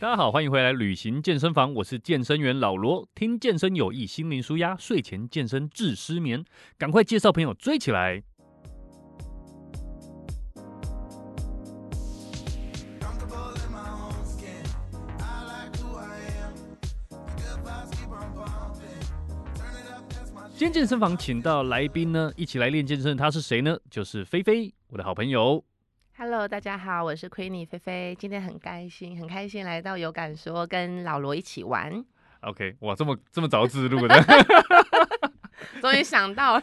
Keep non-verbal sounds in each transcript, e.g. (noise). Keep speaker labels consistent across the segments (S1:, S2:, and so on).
S1: 大家好，欢迎回来旅行健身房，我是健身员老罗。听健身有益，心灵舒压，睡前健身治失眠，赶快介绍朋友追起来。
S2: Comfortable in my own skin. I like who I am. The good vibes keep on pumping. Turn it up, that's my
S1: 今天健身房请到来宾呢，一起来练健身，他是谁呢？就是菲菲，我的好朋友。
S3: Hello，大家好，我是 Queenie 菲菲，今天很开心，很开心来到有感说跟老罗一起玩，
S1: OK，哇，这么这么早自录的。
S3: (laughs) 终于想到了，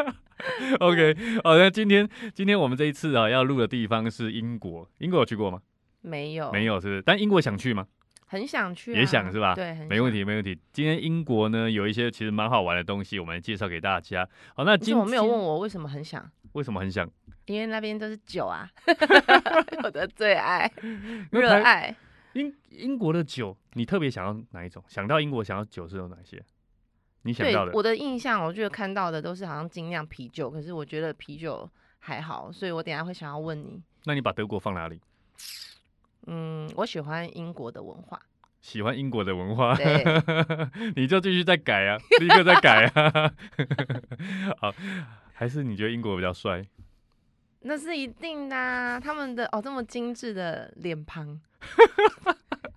S3: (laughs)
S1: OK，好、那今天今天我们这一次啊要录的地方是英国，英国有去过吗？
S3: 没有，
S1: 没
S3: 有，
S1: 有，是不是？但英国想去吗？
S3: 很想去、啊，
S1: 也想是吧
S3: 对，很
S1: 没问
S3: 题。
S1: 题，没问题。今天英国呢有一些其实蛮好玩的东西，我们来介绍给大家。好，那
S3: 你怎
S1: 今
S3: 么没有问
S1: 今
S3: 我为什么很想？
S1: 为什么很想？
S3: 因为那边都是酒啊， (laughs) 我的最
S1: (laughs)
S3: 爱，
S1: 那
S3: 热
S1: 台
S3: 爱
S1: 英英国的酒，你特别想要哪一种？想到英国想要酒是有哪些？你想
S3: 对
S1: 到的
S3: 我的印象，我觉得看到的都是好像精酿啤酒，可是我觉得啤酒还好，所以我等一下会想要问你，
S1: 那你把德国放哪里？
S3: 嗯，我喜欢英国的文化，
S1: 喜欢英国的文化，
S3: 对
S1: (laughs) 你就继续再改啊， (laughs) 立刻再改啊。 (laughs) 好，还是你觉得英国比较帅？
S3: 那是一定的、啊，他们的哦这么精致的脸庞，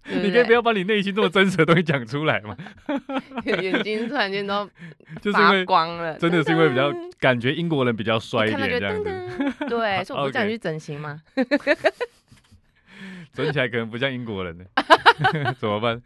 S3: 对
S1: 你可以不
S3: 对
S1: 要把你内心这么真实的东西讲出来嘛，
S3: (laughs) 眼睛突然间都
S1: (laughs) 就是因
S3: 发
S1: 为
S3: 光了，
S1: 真的是因为比较
S3: 噔噔
S1: 感觉英国人比较帅一
S3: 你看到
S1: 点
S3: 就
S1: 这样子，
S3: 噔
S1: (laughs)
S3: 噔对，所以我不是叫
S1: OK
S3: 你去整形吗？
S1: (laughs) 整起来可能不像英国人呢， (laughs) 怎么办？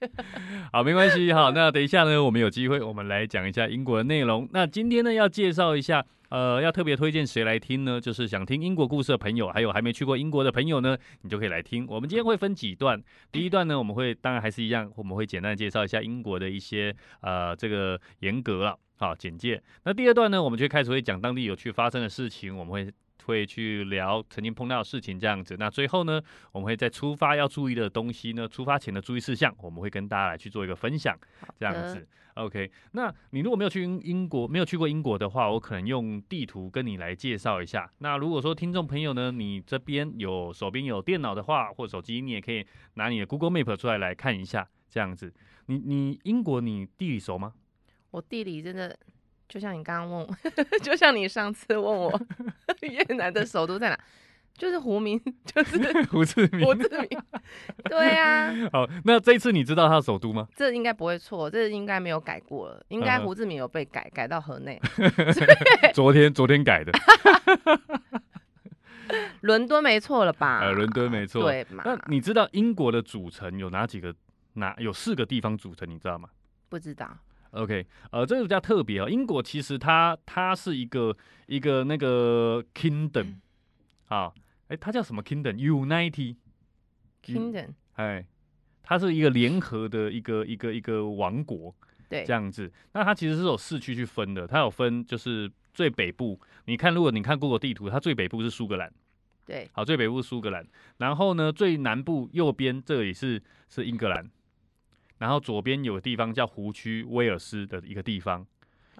S1: (laughs) 好，没关系。好，那等一下呢，我们有机会我们来讲一下英国的内容。那今天呢，要介绍一下，呃，要特别推荐谁来听呢？就是想听英国故事的朋友，还有还没去过英国的朋友呢，你就可以来听。我们今天会分几段，第一段呢，我们会当然还是一样，我们会简单地介绍一下英国的一些呃这个严格了。好，简介。那第二段呢，我们就开始会讲当地有趣发生的事情，我们会会去聊曾经碰到的事情这样子。那最后呢，我们会在出发要注意的东西呢，出发前的注意事项，我们会跟大家来去做一个分享，这样子。OK，那你如果没有去英英国，没有去过英国的话，我可能用地图跟你来介绍一下。那如果说听众朋友呢，你这边有手边有电脑的话，或手机，你也可以拿你的 Google Map 出来来看一下，这样子。你你英国你地理熟吗？
S3: 我地理真的就像你刚刚问我， (laughs) 就像你上次
S1: (laughs)
S3: 问我越南的首都在哪，就是胡明， (laughs) 就是
S1: 胡志明
S3: 胡。志明，
S1: (laughs)
S3: 对啊，
S1: 好，那这一次你知道它的首都吗？
S3: 这应该不会错，这应该没有改过了，应该
S1: 嗯
S3: 胡志明有被改改到河内，
S1: 昨天昨天改的，
S3: 伦敦没错了吧？
S1: 呃，伦敦没错。
S3: 对嘛？
S1: 那你知道英国的组成有哪几个？哪有四个地方组成，你知道吗
S3: 不知道，
S1: ？OK，呃，这个比较特别哦。英国其实它它是一个一个那个 kingdom 啊，哎，它叫什么 kingdom？United，
S3: Kingdom，
S1: 哎，它是一个联合的一个一个一个王国。
S3: 对
S1: 这，样子。那它其实是有市区去分的，它有分就是最北部。你看，如果你看 Google 地图，它最北部是苏格兰，
S3: 对，
S1: 好，最北部是苏格兰。然后呢，最南部右边这里是是英格兰，然后左边有个地方叫湖区威尔斯的一个地方，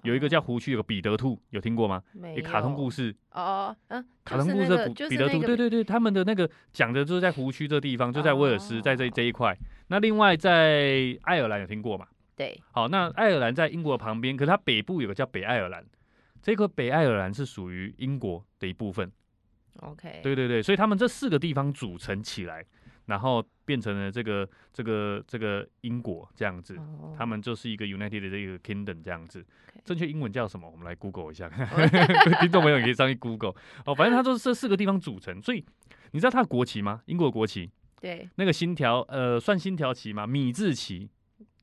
S1: 有一个叫湖区，有个彼得兔，有听过吗？
S3: 哦没
S1: 一个卡通故
S3: 事
S1: 事，
S3: 哦，嗯，
S1: 卡通故
S3: 就
S1: 事
S3: 是
S1: 的
S3: 那个
S1: 古
S3: 就是
S1: 彼得
S3: 那
S1: 兔，
S3: 个
S1: 对对对，他们的那个讲的就是在湖区这地方，就在威尔斯，在这
S3: 哦
S1: 这一块。那另外在爱尔兰有听过吗？
S3: 对，
S1: 好，那爱尔兰在英国旁边，可是它北部有个叫北爱尔兰，这个北爱尔兰是属于英国的一部分。
S3: OK，
S1: 对对对，所以他们这四个地方组成起来，然后变成了这个这个这个英国这样子。
S3: 哦，
S1: 他们就是一个 United 的这个 Kingdom 这样子
S3: OK 哦
S1: 正确英文叫什么？我们来 Google 一下， (laughs) 听众朋友也可以上去 Google 哦。反正它就是这四个地方组成，所以你知道它的国旗吗？英国国旗
S3: 对
S1: 那个星条，呃，算星条旗吗？米字旗，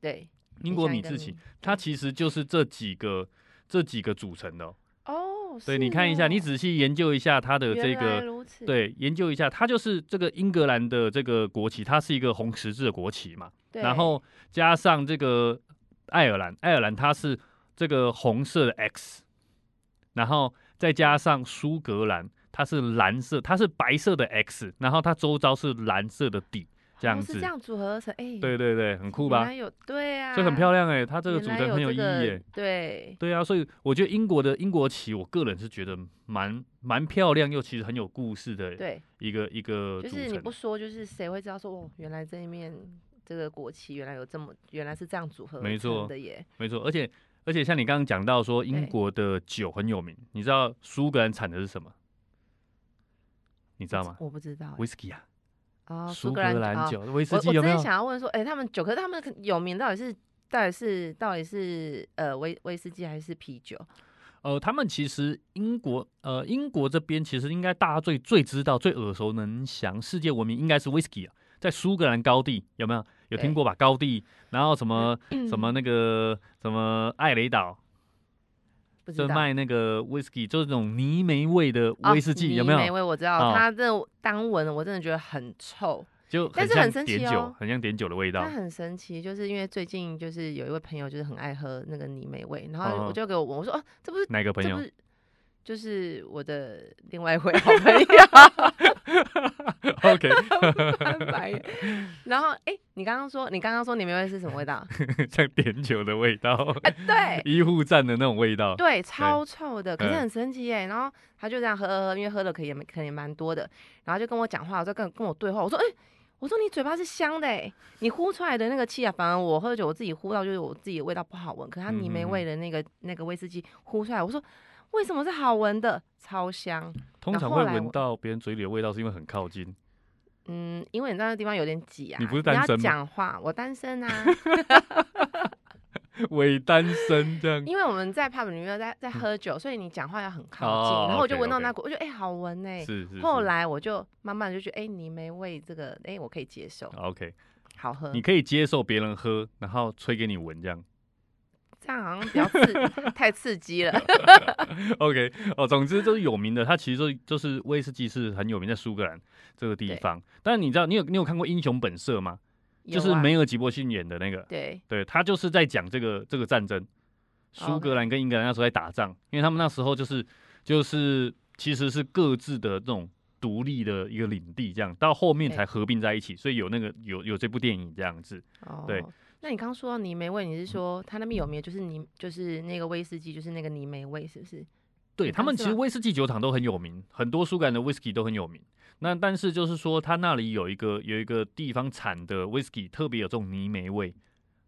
S3: 对，
S1: 英
S3: 你
S1: 国
S3: 像一
S1: 米
S3: 个
S1: 字旗
S3: 米，
S1: 它其实就是这几个这几个组成的哦、
S3: 哦，
S1: 所以
S3: 是
S1: 你看一下，你
S3: 哦
S1: 仔细研究一下它的这
S3: 原来
S1: 个，
S3: 如此，
S1: 对，研究一下，它就是这个英格兰的这个国旗，它是一个红十字的国旗嘛，
S3: 对，
S1: 然后加上这个爱尔兰，爱尔兰它是这个红色的 X，然后再加上苏格兰，它是蓝色，它是白色的 X，然后它周遭是蓝色的底，这样
S3: 哦
S1: 子
S3: 是这。样组合而成，哎，
S1: 对对对，很酷
S3: 原
S1: 吧
S3: 来？有对啊，
S1: 所以很漂亮哎、它这个组
S3: 原来
S1: 成很有
S3: 有
S1: 意义
S3: 这个
S1: 哎、
S3: 对，
S1: 对啊，所以我觉得英国的英国旗，我个人是觉得蛮蛮漂亮，又其实很有故事的
S3: 对，
S1: 一个一个
S3: 就
S1: 组
S3: 是
S1: 成。
S3: 你不说，就是谁会知道说，哦，原来这一面这个国旗原来有这么，原来是这样组合而
S1: 没
S3: 成
S1: 错
S3: 的耶，
S1: 没错，而且而且像你刚刚讲到说英
S3: 对
S1: 国的酒很有名，你知道苏格兰产的是什么？你知道吗
S3: 我不知道耶。欸
S1: ？Whisky 啊，
S3: 哦，
S1: 苏
S3: 格
S1: 格
S3: 兰
S1: 兰
S3: 哦
S1: 酒，威士
S3: 我
S1: 忌
S3: 我
S1: 有没
S3: 真
S1: 有
S3: 的？想要问说，哎、他们酒，可是他们可有名到底是到底是到底是呃威威士忌还是啤酒？
S1: 呃，他们其实英国呃英国这边其实应该大家最最知道、最耳熟能详，世界闻名应该是 whisky 啊，在苏格兰高地有没有有听
S3: 对嗯
S1: 过吧？高地，然后什么什么那个什么艾雷岛，
S3: 不知
S1: 就
S3: 道。
S1: 卖那个 whisky，就是那种泥煤味的
S3: 哦
S1: 威士忌，有没
S3: 泥煤
S1: 有？
S3: 味我知道，
S1: 哦
S3: 它这单闻我真的觉得很臭，
S1: 就
S3: 但
S1: 很
S3: 是
S1: 像
S3: 很神奇
S1: 碘酒，
S3: 哦
S1: 很像碘酒的味道
S3: 但。很神奇，就是因为最近就是有一位朋友就是很爱喝那个泥煤味，然后
S1: 哦
S3: 我就给我闻，我说哦、这不是
S1: 哪个朋
S3: 这
S1: 友
S3: 不？是就是我的另外一位好朋友， (laughs)
S1: OK， (laughs)
S3: 翻白眼然后哎、你刚刚说你刚刚说泥煤味是什么味道？
S1: 像碘酒的味道，
S3: 哎、对，
S1: 医护站的那种味道。
S3: 对，超臭的，可是
S1: 嗯
S3: 很神奇耶。然后他就这样喝喝喝，因为喝了可以也可能也蛮多的，然后就跟我讲话，我在跟跟我对话，我说，哎、我说你嘴巴是香的哎，你呼出来的那个气啊，反而我喝酒我自己呼到就是我自己的味道不好闻，可是他
S1: 嗯
S3: 泥煤
S1: 嗯嗯
S3: 味的那个那个威士忌呼出来，我说为什么是好闻的？超香，
S1: 通
S3: 然
S1: 常
S3: 后
S1: 会
S3: 来
S1: 闻
S3: 我
S1: 到别人嘴里的味道，是因为很靠近。 (laughs)
S3: 嗯，因为你知道那地方有点挤啊，
S1: 你不是单身
S3: 要
S1: 吗
S3: 讲话，我单身
S1: (laughs)
S3: 啊，
S1: 伪单身这样。
S3: 因为我们在 pub 里面在在喝酒，所以你讲话要很靠近，
S1: 嗯哦
S3: 然后我就
S1: OK，
S3: 闻到
S1: OK
S3: 那股，我觉得哎、好闻哎，
S1: 是是。
S3: 后
S1: 是
S3: 来我就慢慢地就觉得，哎、泥煤味这个，哎、我可以接受，
S1: OK，
S3: 好喝。
S1: 哦你可以接受别人喝，然后吹给你闻这样。 (laughs)
S3: 这样好像比较刺， (laughs) 太刺激了。
S1: (laughs) OK，哦，总之就是有名的，它其实就就是威士忌是很有名，在苏格兰这个地
S3: 对
S1: 方。但你知道，你有你有看过《英雄本色》吗？就
S3: 有
S1: 是
S3: 啊
S1: 梅尔吉伯逊演的那个，
S3: 对
S1: 对他就是在讲这个这个战争，苏
S3: 哦
S1: 格兰跟英格兰那时候在打仗，因为他们那时候就是就是其实是各自的这种独立的一个领地，这样到后面
S3: 对
S1: 才合并在一起，所以有那个有有这部电影这样子。
S3: 哦，
S1: 对。嗯
S3: 那你刚刚说到泥煤味，你是说它那边有没有就是泥，就是那个威士忌，就是那个泥煤味，是不是？
S1: 对
S3: 嗯
S1: 他
S3: 哦
S1: 们
S3: 是
S1: 其实
S3: 吗
S1: 威士忌酒厂都很有名，很多苏格兰的 whisky 都很有名。那但是就是说，它那里有一个有一个地方产的 whisky 特别有这种泥煤味，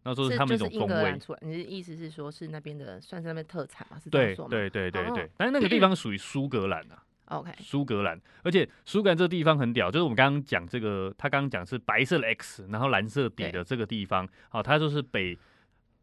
S1: 那说是他们一
S3: 就
S1: 种
S3: 是
S1: 风
S3: 英格
S1: 味
S3: 兰。出来，你的意思是说是那边的，算是那边特产嘛？是这样
S1: 对
S3: 说吗？
S1: 对对对
S3: 哦
S1: 对，但是那个地方属于苏格兰啊，
S3: ，OK，
S1: 苏格兰，而且苏格兰这个地方很屌，就是我们刚刚讲这个，他刚刚讲是白色的 X，然后蓝色底的这个地方，好、它就是北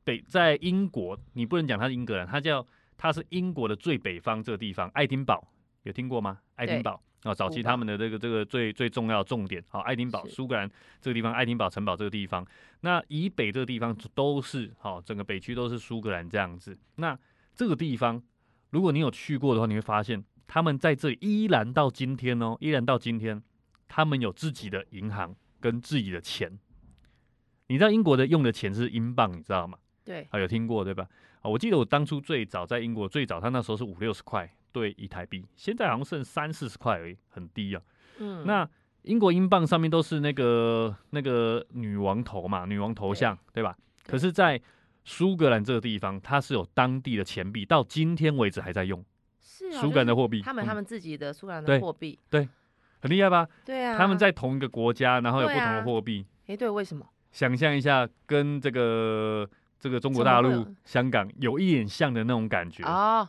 S1: 北在英国，你不能讲它是英格兰，它叫它是英国的最北方这个地方，爱丁堡有听过吗？爱丁堡啊、哦，早期
S3: 古堡
S1: 他们的这个这个最最重要的重点，好、爱丁堡，
S3: 是
S1: 苏格兰这个地方，爱丁堡城堡这个地方，那以北这个地方都是好、整个北区都是苏格兰这样子，那这个地方。如果你有去过的话，你会发现他们在这里依然到今天哦，依然到今天，他们有自己的银行跟自己的钱。你知道英国的用的钱是英镑，你知道吗？
S3: 对，
S1: 啊，有听过对吧？啊，我记得我当初最早在英国，最早他那时候是五六十块兑一台币，现在好像剩三四十块而已，很低啊。
S3: 嗯，
S1: 那英国英镑上面都是那个那个女王头嘛，女王头像对吧？
S3: 对
S1: 可是，在苏格兰这个地方，它是有当地的钱币，到今天为止还在用。
S3: 是啊
S1: 苏格兰的货币，
S3: 就是他
S1: 嗯
S3: 们他们自己的苏格兰
S1: 对
S3: 的货币，
S1: 很厉害吧？
S3: 对啊，
S1: 他们在同一个国家，然后有不
S3: 对
S1: 同
S3: 啊
S1: 的货币。
S3: 哎，对，为什么？
S1: 想象一下，跟这个这个中国大
S3: 怎么
S1: 陆
S3: 会有、
S1: 香港有一点像的那种感觉，
S3: 哦，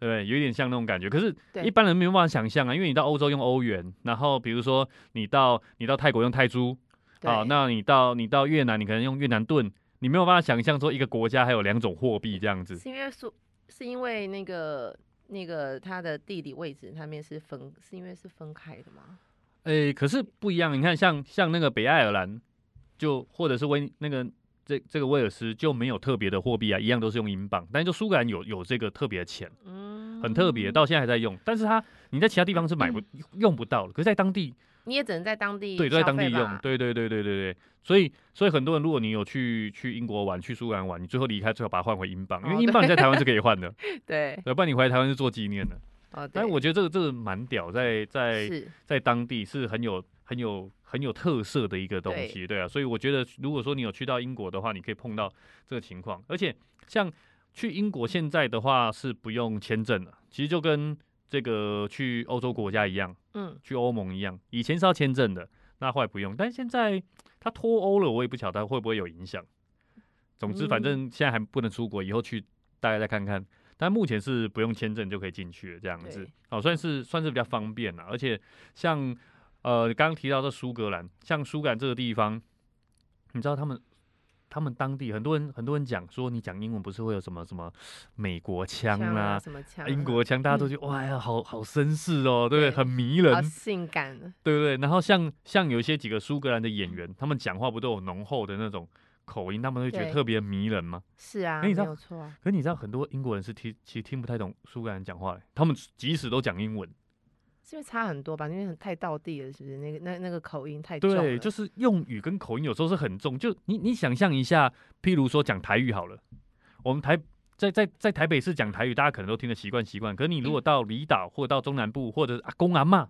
S1: 对不对？有一点像那种感觉。可是
S3: 对
S1: 一般人没有办法想象啊，因为你到欧洲用欧元，然后比如说你到你到泰国用泰铢，啊
S3: 对，
S1: 那你到你到越南，你可能用越南盾。你没有办法想象说一个国家还有两种货币这样子，
S3: 是因为苏，是因为那个那个它的地理位置那边是分，是因为是分开的吗？
S1: 诶、可是不一样。你看像，像那个北爱尔兰，就或者是威那个这这个威尔斯就没有特别的货币啊，一样都是用英镑，但是就苏格兰有有这个特别的钱，
S3: 嗯，嗯
S1: 很特别，到现在还在用。但是它你在其他地方是买不、用不到的，可是在当地
S3: 你也只能在当地
S1: 对都在
S3: 消
S1: 当地
S3: 费
S1: 用
S3: 吧，
S1: 对对对对对对。所以所以很多人，如果你有去去英国玩，去苏格兰玩，你最后离开最好把它换回英镑，因
S3: 哦
S1: 为
S3: 对
S1: 英镑你在台湾是可以换的，
S3: 对，
S1: 要不然你回来台湾是做纪念的。 (laughs)
S3: 哦，对，
S1: 但我觉得这个这个蛮屌，在在
S3: 是
S1: 在当地是很有很很有很有特色的一个东
S3: 对
S1: 西，对啊，所以我觉得如果说你有去到英国的话，你可以碰到这个情况，而且像去英国现在的话是不用签证了，其实就跟这个去欧洲国家一样，
S3: 嗯，
S1: 去欧盟一样，以前是要签证的，那后来不用，但现在它脱欧了，我也不晓得会不会有影响。总之，反
S3: 嗯
S1: 正现在还不能出国，以后去大概再看看。但目前是不用签证就可以进去了这样子
S3: 对，
S1: 哦，算是算是比较方便啦。而且像呃，刚刚提到这苏格兰，像苏格兰这个地方，你知道他们他们当地很多人很多人讲说，你讲英文不是会有什么什么美国腔
S3: 枪
S1: 啦、
S3: 什么枪啊，
S1: 英国腔，大家都觉得、哇呀，好好绅士哦，对不对？
S3: 对
S1: 很迷
S3: 好
S1: 人，
S3: 性感的，
S1: 对不对？然后像像有一些几个苏格兰的演员，他们讲话不都有浓厚的那种口音，他们会觉得
S3: 对
S1: 特别迷人吗？
S3: 是啊，
S1: 哎
S3: 没
S1: 你知道
S3: 有错啊，
S1: 可是你知道很多英国人是听其实听不太懂苏格兰人讲话的，他们即使都讲英文，
S3: 是不是差很多吧？因为很太道地了，是不是？那个那那个口音太重
S1: 对，
S3: 了，
S1: 就是用语跟口音有时候是很重。就你你想象一下，譬如说讲台语好了，我们台在在在台北市讲台语，大家可能都听得习惯习惯。可是你如果到离岛或到中南部或者是阿公阿嬷，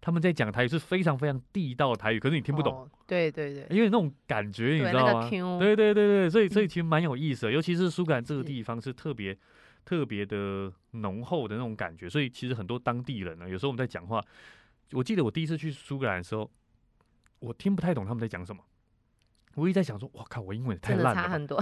S1: 他们在讲台语是非常非常地道的台语，可是你听不懂。
S3: 哦，对对对，
S1: 因为那种感觉，你
S3: 对
S1: 知道
S3: 那个
S1: 吗？
S3: Q
S1: 对对对对，所以所以其实蛮有意思的，尤其是苏格兰这个
S3: 哦嗯是
S1: 地方是特别特别的浓厚的那种感觉，所以其实很多当地人呢，有时候我们在讲话，我记得我第一次去苏格兰的时候，我听不太懂他们在讲什么，我一直在想说，哇靠，我英文也太
S3: (laughs) 真的
S1: 烂
S3: 差
S1: 了吧。
S3: 很多。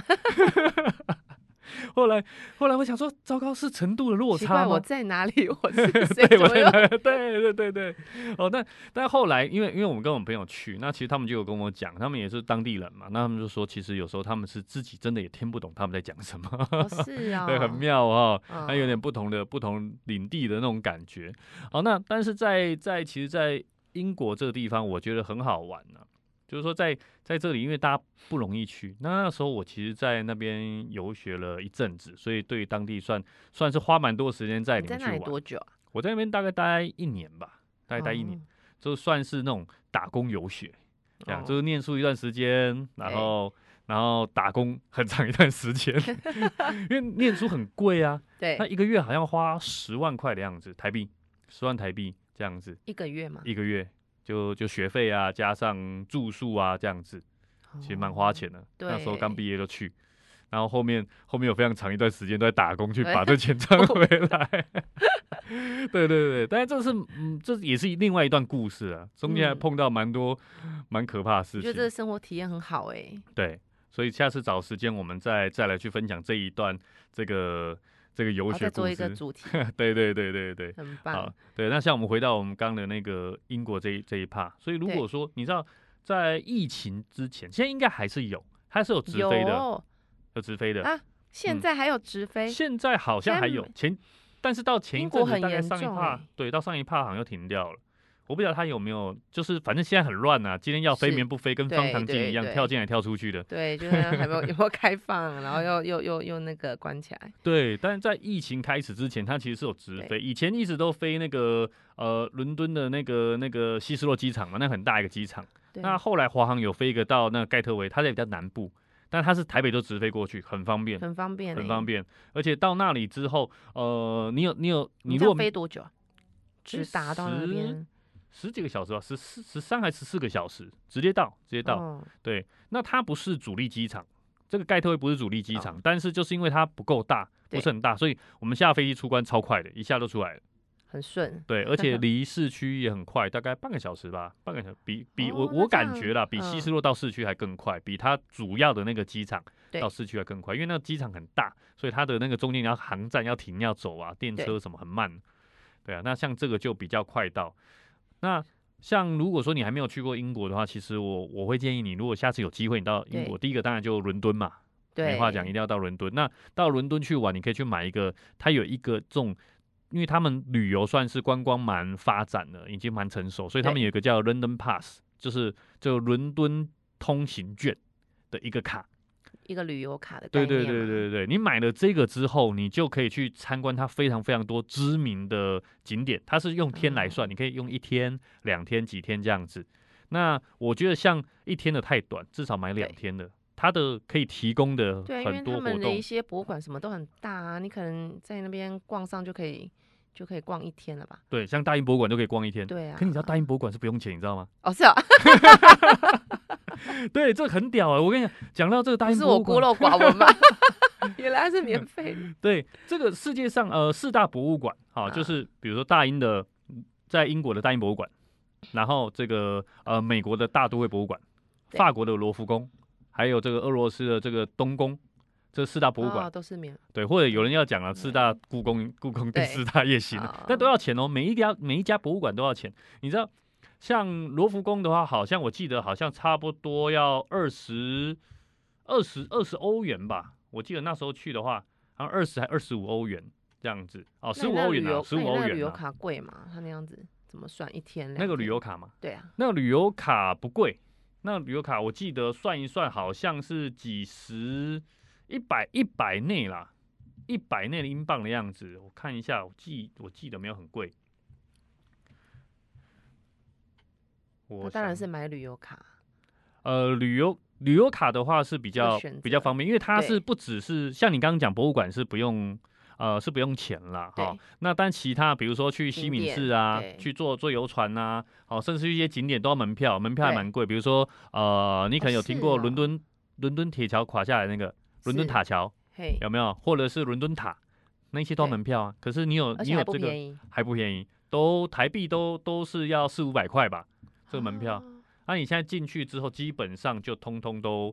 S1: 后来后来我想说，糟糕，是程度的落
S3: 奇
S1: 差
S3: 怪，
S1: 吗 (laughs)
S3: 我？在哪里？我是谁？
S1: 对，
S3: 怎
S1: 我
S3: 么
S1: 在
S3: 又
S1: 那， (laughs) 对对对对，哦，那但后来，因为因为我们跟我们朋友去，那其实他们就有跟我讲，他们也是当地人嘛，那他们就说，其实有时候他们是自己真的也听不懂他们在讲什么，
S3: 哦是啊，
S1: (laughs) 对，很妙哦，
S3: 嗯，
S1: 那有点不同的不同领地的那种感觉。好，那但是在在其实，在英国这个地方，我觉得很好玩呢、就是说在在这里，因为大家不容易去，那那时候我其实，在那边游学了一阵子，所以对当地算算是花蛮多时间在
S3: 你
S1: 里
S3: 在
S1: 面去
S3: 那里
S1: 玩。
S3: 多久啊？
S1: 我在那边大概待一年吧，大概待一年，
S3: 哦，
S1: 就算是那种打工游学，这样、
S3: 哦
S1: 就是念书一段时间，然
S3: 对
S1: 后然后打工很长一段时间，因为念书很贵啊，他
S3: 对，
S1: 一个月好像花十万块的样子，台币十万台币这样子，
S3: 一个月嘛，
S1: 一个月就就学费啊，加上住宿啊这样子，其实蛮花
S3: 哦。
S1: 钱的。那时候
S3: 对
S1: 刚毕业就去，然后后面后面有非常长一段时间都在打工去
S3: 对
S1: 把这钱赚回来。 (laughs) 对对对，但是这是嗯，这也是另外一段故事啊，中间还
S3: 嗯
S1: 碰到蛮多蛮可怕的
S3: 我
S1: 事
S3: 觉得这个
S1: 情。
S3: 生活体验很好哎、
S1: 对，所以下次找时间我们再再来去分享这一段这个这个游
S3: 然后
S1: 学
S3: 再
S1: 故
S3: 做一个
S1: 事。
S3: 主题，
S1: (laughs) 对对对对对。
S3: 很
S1: 好
S3: 棒。，
S1: 对，那像我们回到我们刚的那个英国这一这一趴，所以如
S3: 对
S1: 果说你知道在疫情之前，现在应该还是有，它是有直
S3: 有
S1: 飞的，有直飞的，
S3: 啊，现
S1: 嗯
S3: 在还有直飞，
S1: 现在好像
S3: 现在
S1: 还有
S3: 没
S1: 前，但是到前一
S3: 英国
S1: 阵子
S3: 很
S1: 大概
S3: 严
S1: 上一
S3: 重
S1: 趴
S3: 欸，
S1: 对，到上一趴好像又停掉了。我不知道它有没有，就是反正现在很乱呐、啊，今天要飞
S3: 是
S1: 明不飞，跟
S3: 对
S1: 方唐镜
S3: 对
S1: 一样
S3: 对
S1: 跳进来跳出去的。
S3: 对，就是还没有有没有开放，然后又又又又那个关起来，
S1: 对，但是在疫情开始之前，它其实是有直
S3: 对
S1: 飞，以前一直都飞那个呃伦敦的那个那个希斯洛机场嘛，那很大一个机场。
S3: 对，
S1: 那后来华航有飞一个到那个盖特维，它在比较南部，但它是台北就直飞过去，很方便，
S3: 很方便、欸，
S1: 很方。便。而且到那里之后，呃，你有你有
S3: 你
S1: 你
S3: 这
S1: 如
S3: 样
S1: 果
S3: 飞多久啊？直达到那
S1: 十
S3: 边，
S1: 十几个小时吧，十四十三还十四个小时，直接到直接到。
S3: 哦
S1: 对，那它不是主力机场，这个盖特威不是主力机
S3: 哦
S1: 场，但是就是因为它不够大，不
S3: 对
S1: 是很大，所以我们下飞机出关超快的，一下就出来了。
S3: 很顺。 (laughs)
S1: 对，而且离市区也很快，大概半个小时吧，半个小时比比、我
S3: 哦那
S1: 我
S3: 这
S1: 感
S3: 样
S1: 觉啦，比西
S3: 嗯
S1: 斯洛到市区还更快，比它主要的那个机场
S3: 对
S1: 到市区还更快，因为那个机场很大，所以它的那个中间你要航站要停要走啊，电
S3: 对
S1: 车什么很慢。对啊，那像这个就比较快到。那像如果说你还没有去过英国的话，其实我我会建议你，如果下次有机会你到英
S3: 对
S1: 国，第一个当然就伦敦嘛，
S3: 对，
S1: 没话讲，一定要到伦敦。那到伦敦去玩，你可以去买一个，它有一个这种，因为他们旅游算是观光蛮发展的，已经蛮成熟，所以他们
S3: 对
S1: 有一个叫 London Pass，就是就伦敦通行券的一个卡。
S3: 一个旅游卡的
S1: 对
S3: 概念
S1: 对对
S3: 嘛
S1: 对对，你买了这个之后，你就可以去参观它非常非常多知名的景点，它是用天
S3: 嗯
S1: 来算，你可以用一天、两天、几天这样子。那我觉得像一天的太短，至少买两
S3: 对
S1: 天的。它的可以提供的
S3: 对，因为
S1: 很多
S3: 他
S1: 活
S3: 们的
S1: 动
S3: 一，些博物馆什么都很大啊，你可能在那边逛上就可以就可以逛一天了吧？
S1: 对，像大英博物馆就可以逛一天。
S3: 对啊。
S1: 可你知道大英博物馆是不用钱，你知道吗？ (laughs)
S3: 哦是啊，
S1: 对，这个很屌啊！我跟你讲，讲到这个大
S3: 不
S1: 英
S3: 是
S1: 博
S3: 我
S1: 物
S3: 孤
S1: 馆，
S3: 陋寡闻吧？ (laughs) 原来是免费的。
S1: 对这个世界上呃四大博物馆，好、就
S3: 啊
S1: 是比如说大英的，在英国的大英博物馆，然后这个呃美国的大都会博物馆，
S3: 对
S1: 法国的罗浮宫，还有这个俄罗斯的这个东宫，这四大博物馆。
S3: 哦、都是免
S1: 对，或者有人要讲了，四大故宫，故宫第
S3: 嗯对
S1: 四大夜行
S3: 好，
S1: 但都要钱哦。每一家每一家博物馆都要钱，你知道，像罗浮宫的话，好像我记得好像差不多要二十二十二十欧元吧。我记得那时候去的话，好像二十还二十五欧元这样子，哦，
S3: 那
S1: 十
S3: 你
S1: 五
S3: 那
S1: 欧
S3: 旅
S1: 元啊，
S3: 游
S1: 十
S3: 那
S1: 五
S3: 你
S1: 欧
S3: 那旅
S1: 元
S3: 游
S1: 啊。
S3: 卡贵吗？他那样子怎么算一天？
S1: 那个旅游
S3: 两天
S1: 卡嘛，
S3: 对啊，
S1: 那个旅游卡不贵，那旅游卡我记得算一算，好像是几十一百一百内啦，一百内的英镑的样子。我看一下，我记我记得没有很贵。我
S3: 那当然
S1: 想
S3: 是买旅游卡。
S1: 呃，旅游旅游卡的话是比较
S3: 选
S1: 比较
S3: 择
S1: 方便，因为它
S3: 对
S1: 是不只是像你刚刚讲博物馆是不用呃是不用钱啦，哈、
S3: 对
S1: 那但其他比如说去西
S3: 景
S1: 敏
S3: 点
S1: 寺啊
S3: 对，
S1: 去坐坐游船呐、好、甚至一些景点都要门票，门票还
S3: 对
S1: 蛮贵。比如说呃，你可能有听
S3: 是
S1: 过
S3: 哦
S1: 伦敦、伦敦铁桥垮下来那个伦敦
S3: 是
S1: 塔桥
S3: 嘿，
S1: 有没有，或者是伦敦塔那些都要
S3: 对
S1: 门票啊。可是你有你
S3: 而且
S1: 有
S3: 还不
S1: 这个
S3: 便宜，
S1: 还不便宜，都台币都都是要四五百块吧，这个门票。
S3: 啊
S1: 那、你现在进去之后，基本上就通通都，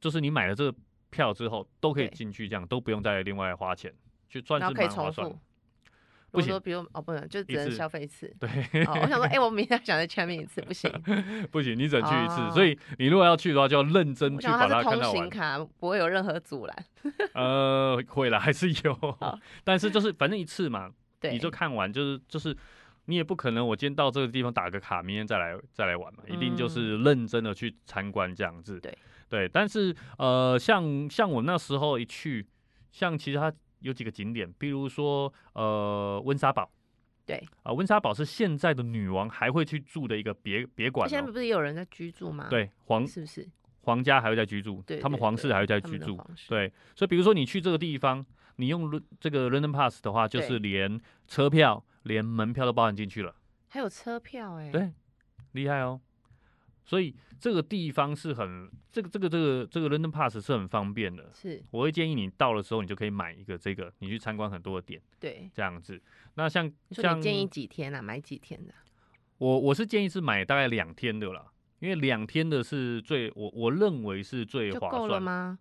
S1: 就是你买了这个票之后，都可以
S3: 对
S1: 进去，这样都不用再另外花钱，就算
S3: 然
S1: 是
S3: 后可以
S1: 蛮划
S3: 重
S1: 算的
S3: 复。。
S1: 不
S3: 如果
S1: 行
S3: 说比如哦，不能，就只
S1: 一
S3: 能
S1: 次
S3: 消费一次。
S1: (laughs) 对，
S3: 哦，我想说，哎、我明天想再全面一次，不
S1: (laughs)
S3: 行。
S1: 不行，你只能去一次，
S3: 哦
S1: 所以你如果要去的话，就要认真
S3: 我
S1: 去
S3: 想
S1: 把
S3: 它是
S1: 看
S3: 通
S1: 到
S3: 行
S1: 完。
S3: 卡，不会有任何阻拦。
S1: 呃，会啦，还是有， (laughs) 但是就是反正一次嘛，
S3: 对，
S1: 你就看完，就是就是。你也不可能，我今天到这个地方打个卡，明天再来再来玩嘛，一定就
S3: 嗯
S1: 是认真的去参观这样子。
S3: 对
S1: 对，但是呃，像像我那时候一去，像其实它有几个景点，比如说呃温莎堡，
S3: 对
S1: 啊、温莎堡是现在的女王还会去住的一个别别馆、
S3: 现在
S1: 哦，
S3: 不是也有人在居住吗？，
S1: 对皇
S3: 是不是？
S1: 皇家还会在居住，
S3: 对
S1: 他们
S3: 对
S1: 皇室
S3: 对
S1: 还会在
S3: 他
S1: 居
S3: 们的
S1: 住，
S3: 方式，
S1: 对，所以比如说你去这个地方，你用 Lu- 这个 London Pass 的话，就
S3: 对
S1: 是连车票、连门票都包含进去了，
S3: 还有车票哎、
S1: 对厉害哦。所以这个地方是很这个这个这个这个 London Pass 是很方便的。
S3: 是，
S1: 我会建议你到了时候，你就可以买一个这个，你去参观很多的点
S3: 对。
S1: 这样子。那像
S3: 你说
S1: 像
S3: 你建议几天啊？买几天的？
S1: 我我是建议是买大概两天的啦，因为两天的是最我我认为是最
S3: 就
S1: 划
S3: 够
S1: 算
S3: 了
S1: 的。
S3: 吗？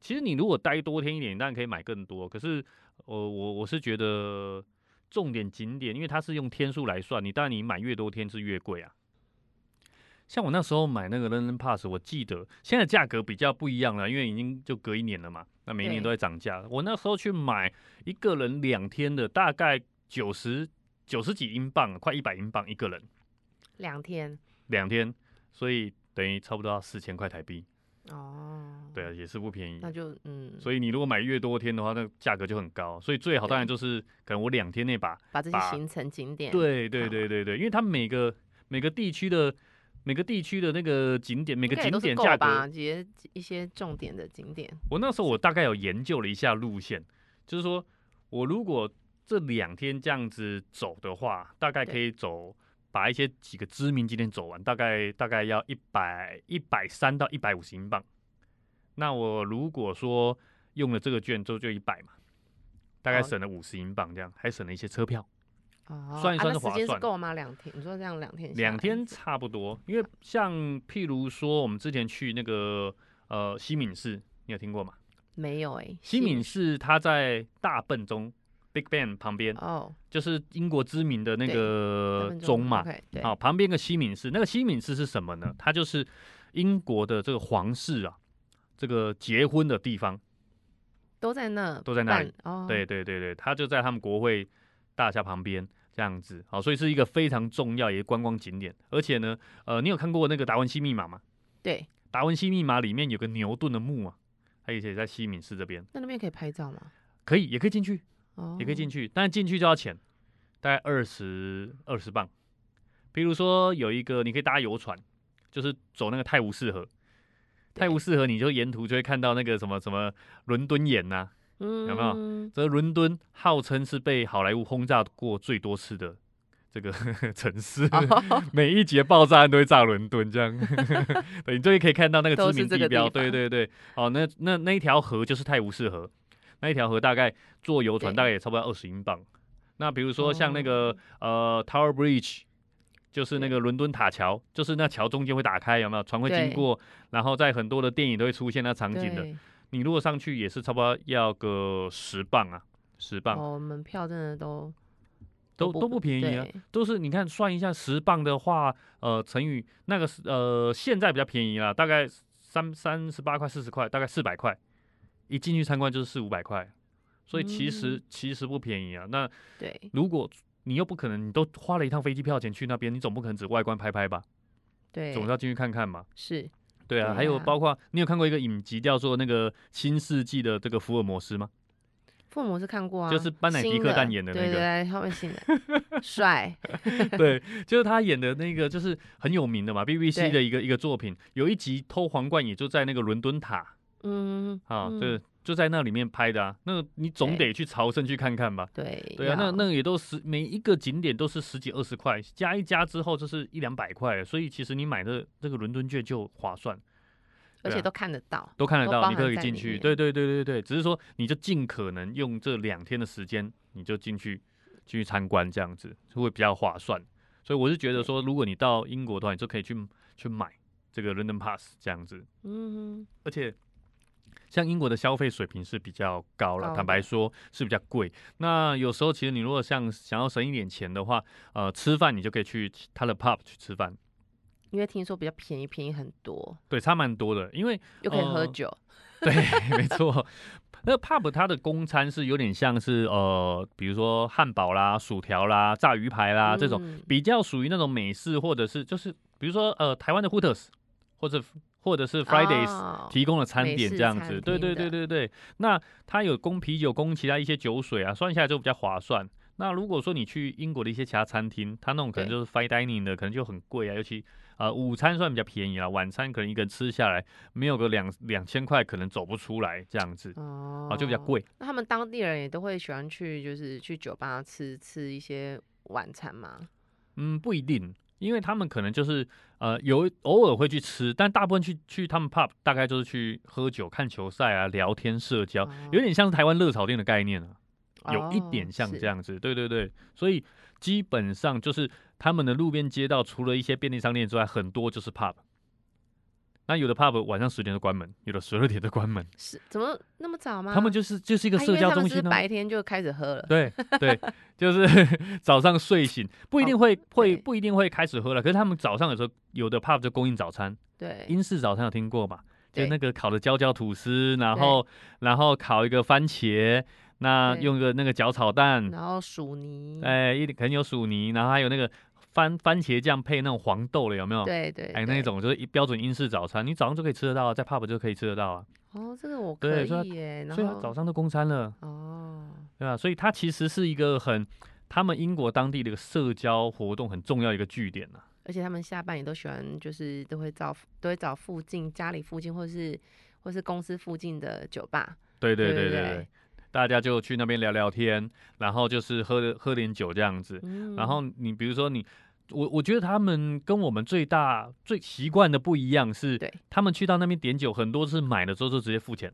S1: 其实你如果待多天一点，当然可以买更多。可是，呃，我我是觉得重点景点，因为它是用天数来算，你当然你买越多天是越贵啊。像我那时候买那个 London Pass，我记得现在价格比较不一样了，因为已经就隔一年了嘛，那每一年
S3: 对
S1: 都在涨价。我那时候去买一个人两天的，大概九十九十几英镑，快一百英镑一个人
S3: 两天
S1: 两天，所以等于差不多要四千块台币，
S3: 哦。
S1: 对啊，也是不便宜。
S3: 那就嗯，
S1: 所以你如果买越多天的话，那价格就很高。所以最好当然就是可能我两天内把，
S3: 把这些
S1: 把
S3: 行程景点
S1: 对对
S3: 好
S1: 对对对，因为它每个每个地区的每个地区的那个景点，每
S3: 应
S1: 个
S3: 该也
S1: 景
S3: 都是
S1: 点
S3: 够
S1: 价
S3: 吧，
S1: 格，
S3: 一些一些重点的景点，
S1: 我那时候我大概有研究了一下路线，就是说我如果这两天这样子走的话，大概可以走。把一些几个知名景点走完，大概大概要一百一百三到一百五十英镑。那我如果说用了这个券之后就一百嘛，大概
S3: 哦
S1: 省了五十英镑这样，还省了一些车票。
S3: 哦，
S1: 算一
S3: 啊
S1: 算
S3: 那
S1: 是
S3: 时
S1: 划
S3: 间是
S1: 算
S3: 够吗？两天？你说这样两天下来？
S1: 两天差不多，因为像譬如说我们之前去那个呃西敏寺，你有听过吗？
S3: 没有哎，
S1: 西敏寺它在大笨钟 Big Bang 旁边，
S3: 哦，就是
S1: 就是英国知名的那
S3: 对
S1: 个钟嘛。
S3: 对，嗯
S1: 好，旁边一个西敏寺，那个西敏寺是什么呢？它就是英国的这个皇室啊，这个结婚的地方。
S3: 都在那，
S1: 都在那里
S3: 办哦，
S1: 对对对对，它就在他们国会大厦旁边这样子，好，所以是一个非常重要也观光景点。而且呢，呃，你有看过那个《达文西密码》吗？
S3: 对，
S1: 《达文西密码》里面有个牛顿的墓啊，它也写在西敏寺这边，
S3: 那那边可以拍照吗？
S1: 可以，也可以进去，
S3: 哦，
S1: 也可以进
S3: 去，
S1: 去，但进去就要钱，大概二十二十磅。比如说有一个，你可以搭游船，就是走那个泰晤士河。泰晤士河，你就沿途就会看到那个什么什么伦敦眼呐、啊
S3: 嗯
S1: 有没有则伦敦号称是被好莱坞轰炸过最多次的这个 (laughs) 城市，
S3: 哦
S1: 每一节爆炸案都会炸伦敦，这样。 (laughs) 对，你终于可以看到那个
S3: 都
S1: 知
S3: 是
S1: 名
S3: 这
S1: 地
S3: 个地
S1: 标，对
S3: 方
S1: 对对。哦，那那那一条河就是泰晤士河，那一条河大概坐游船
S3: 对
S1: 大概也差不多二十英镑。那比如说像那个、呃 Tower Bridge。就是那
S3: 哦对
S1: 个伦敦塔桥，就是那桥中间会打开，有没有船会经
S3: 对
S1: 过？然后在很多的电影都会出现那场景的。
S3: 对
S1: 你如果上去也是差不多要个十磅啊，十磅、
S3: 哦，门票真的都
S1: 都都不便宜啊，都是你看算一下十磅的话，呃，乘以那个是呃现在比较便宜啦，大概三三十八块四十块，大概四百块，一进去参观就是四五百块，所以其实、
S3: 嗯
S1: 其实不便宜啊。那
S3: 对对
S1: 如果你又不可能，你都花了一趟飞机票钱去那边，你总不可能只外观拍拍吧，
S3: 对，
S1: 总是要进去看看嘛。
S3: 是
S1: 对啊，
S3: 对
S1: 还有
S3: 啊
S1: 包括你有看过一个影集叫做那个新世纪的这个福尔摩斯吗？
S3: 父母是看过啊，
S1: 就是班乃迪
S3: 新
S1: 克蛋演的那
S3: 对
S1: 个
S3: 对对，后面新
S1: (laughs)
S3: 的帅， (laughs)
S1: 对，就是他演的那个，就是很有名的嘛，BBC
S3: 对
S1: 的一个一个作品，有一集偷皇冠也就在那个伦敦塔
S3: 嗯
S1: 啊，
S3: 嗯
S1: 对，就在那里面拍的啊。那个你总
S3: 对
S1: 得去朝圣去看看吧。
S3: 对
S1: 对啊，那
S3: 要
S1: 那个也都十每一个景点都是十几二十块，加一加之后就是一两百块了，所以其实你买的这个伦敦券就划算，
S3: 而
S1: 对啊
S3: 且都看得到，
S1: 都看得
S3: 都
S1: 到，
S3: 包
S1: 你可
S3: 含
S1: 以
S3: 在
S1: 进
S3: 里
S1: 去。
S3: 面
S1: 对对对对对，只是说你就尽可能用这两天的时间，你就进去进去参观，这样子就会比较划算。所以我是觉得
S3: 对
S1: 说，如果你到英国的话，你就可以去去买这个 London Pass 这样子，
S3: 嗯
S1: 而且。像英国的消费水平是比较高了，
S3: 高
S1: 坦白
S3: 的
S1: 说是比较贵。那有时候其实你如果像想要省一点钱的话，呃，吃饭你就可以去他的 pub 去吃饭，
S3: 哼，因为听说比较便宜，便宜很多，
S1: 对，差蛮多的。因为
S3: 又可以喝
S1: 呃
S3: 酒，
S1: 对，没错。那个 pub 它的公餐是有点像是呃，比如说汉堡啦、薯条啦、炸鱼排啦、啊这种，
S3: 嗯
S1: 比较属于那种美式，或者是就是比如说呃，台湾的 Hooters，或者或者是 Fridays
S3: 哦
S1: 提供的餐
S3: 美
S1: 点
S3: 式
S1: 这样
S3: 餐
S1: 子。对对对
S3: 厅
S1: 对对。那它有供啤酒、供其他一些酒水啊，算下来就比较划算。那如果说你去英国的一些其他餐厅，它那种可能
S3: 对
S1: 就是 fine dining 的，可能就很贵啊，尤其呃午餐算比较便宜啦，晚餐可能一个人吃下来没有个两两千块，可能走不出来这样子
S3: 哦
S1: 啊，就比较。贵。
S3: 那他们当地人也都会喜欢去，就是去酒吧吃吃一些晚餐嘛。
S1: 嗯，不一定，因为他们可能就是呃有偶尔会去吃，但大部分去去他们 pub 大概就是去喝酒、看球赛啊、聊天、社交，
S3: 哦
S1: 有点像是台湾热炒店的概念啊。有一点像这
S3: 样。
S1: 样子，对对对，所以基本上就是他们的路边街道，除了一些便利商店之外，很多就是 pub。那有的 pub 晚上十点就关门，有的十二点就关门，
S3: 是是怎么那么早吗？啊
S1: 他们就是就是一
S3: 一
S1: 个社交中心啊呢、
S3: 白天就开始喝了。
S1: 对
S3: (laughs)
S1: 对，就是 (laughs) 早上睡醒，不一定会会
S3: 哦对
S1: 不一定会开始喝了，可是他们早上有时候有的 pub 就供应早餐，
S3: 对，
S1: 英式早餐有听过嘛？就
S3: 对
S1: 那个烤的焦焦吐司，然后然后烤一个番茄，那
S3: 对
S1: 用个那个搅炒蛋，
S3: 然后薯泥，
S1: 哎，一点可能有薯泥，然后还有那个番番茄酱配那种黄豆了，有没有？
S3: 对对，
S1: 哎，
S3: 对
S1: 那种就是一标准英式早餐，你早上就可以吃得到啊，在 pub 就可以吃得到啊，
S3: 哦，这个我可
S1: 对所以
S3: 以耶。然
S1: 所以它
S3: 后
S1: 早上都供餐了，
S3: 哦，
S1: 对吧？所以它其实是一个很他们英国当地的一个社交活动很重要的一个据点呐、啊。
S3: 而且他们下班也都喜欢，就是都会找都会找附近家里附近或是或是公司附近的酒吧。
S1: 对对对
S3: 对
S1: 对
S3: 对
S1: 对，大家就去那边聊聊天，然后就是喝喝点酒这样子，
S3: 嗯，
S1: 然后你比如说你。我我觉得他们跟我们最大最习惯的不一样是，
S3: 对
S1: 他们去到那边点酒，很多是买了之后就直接付钱。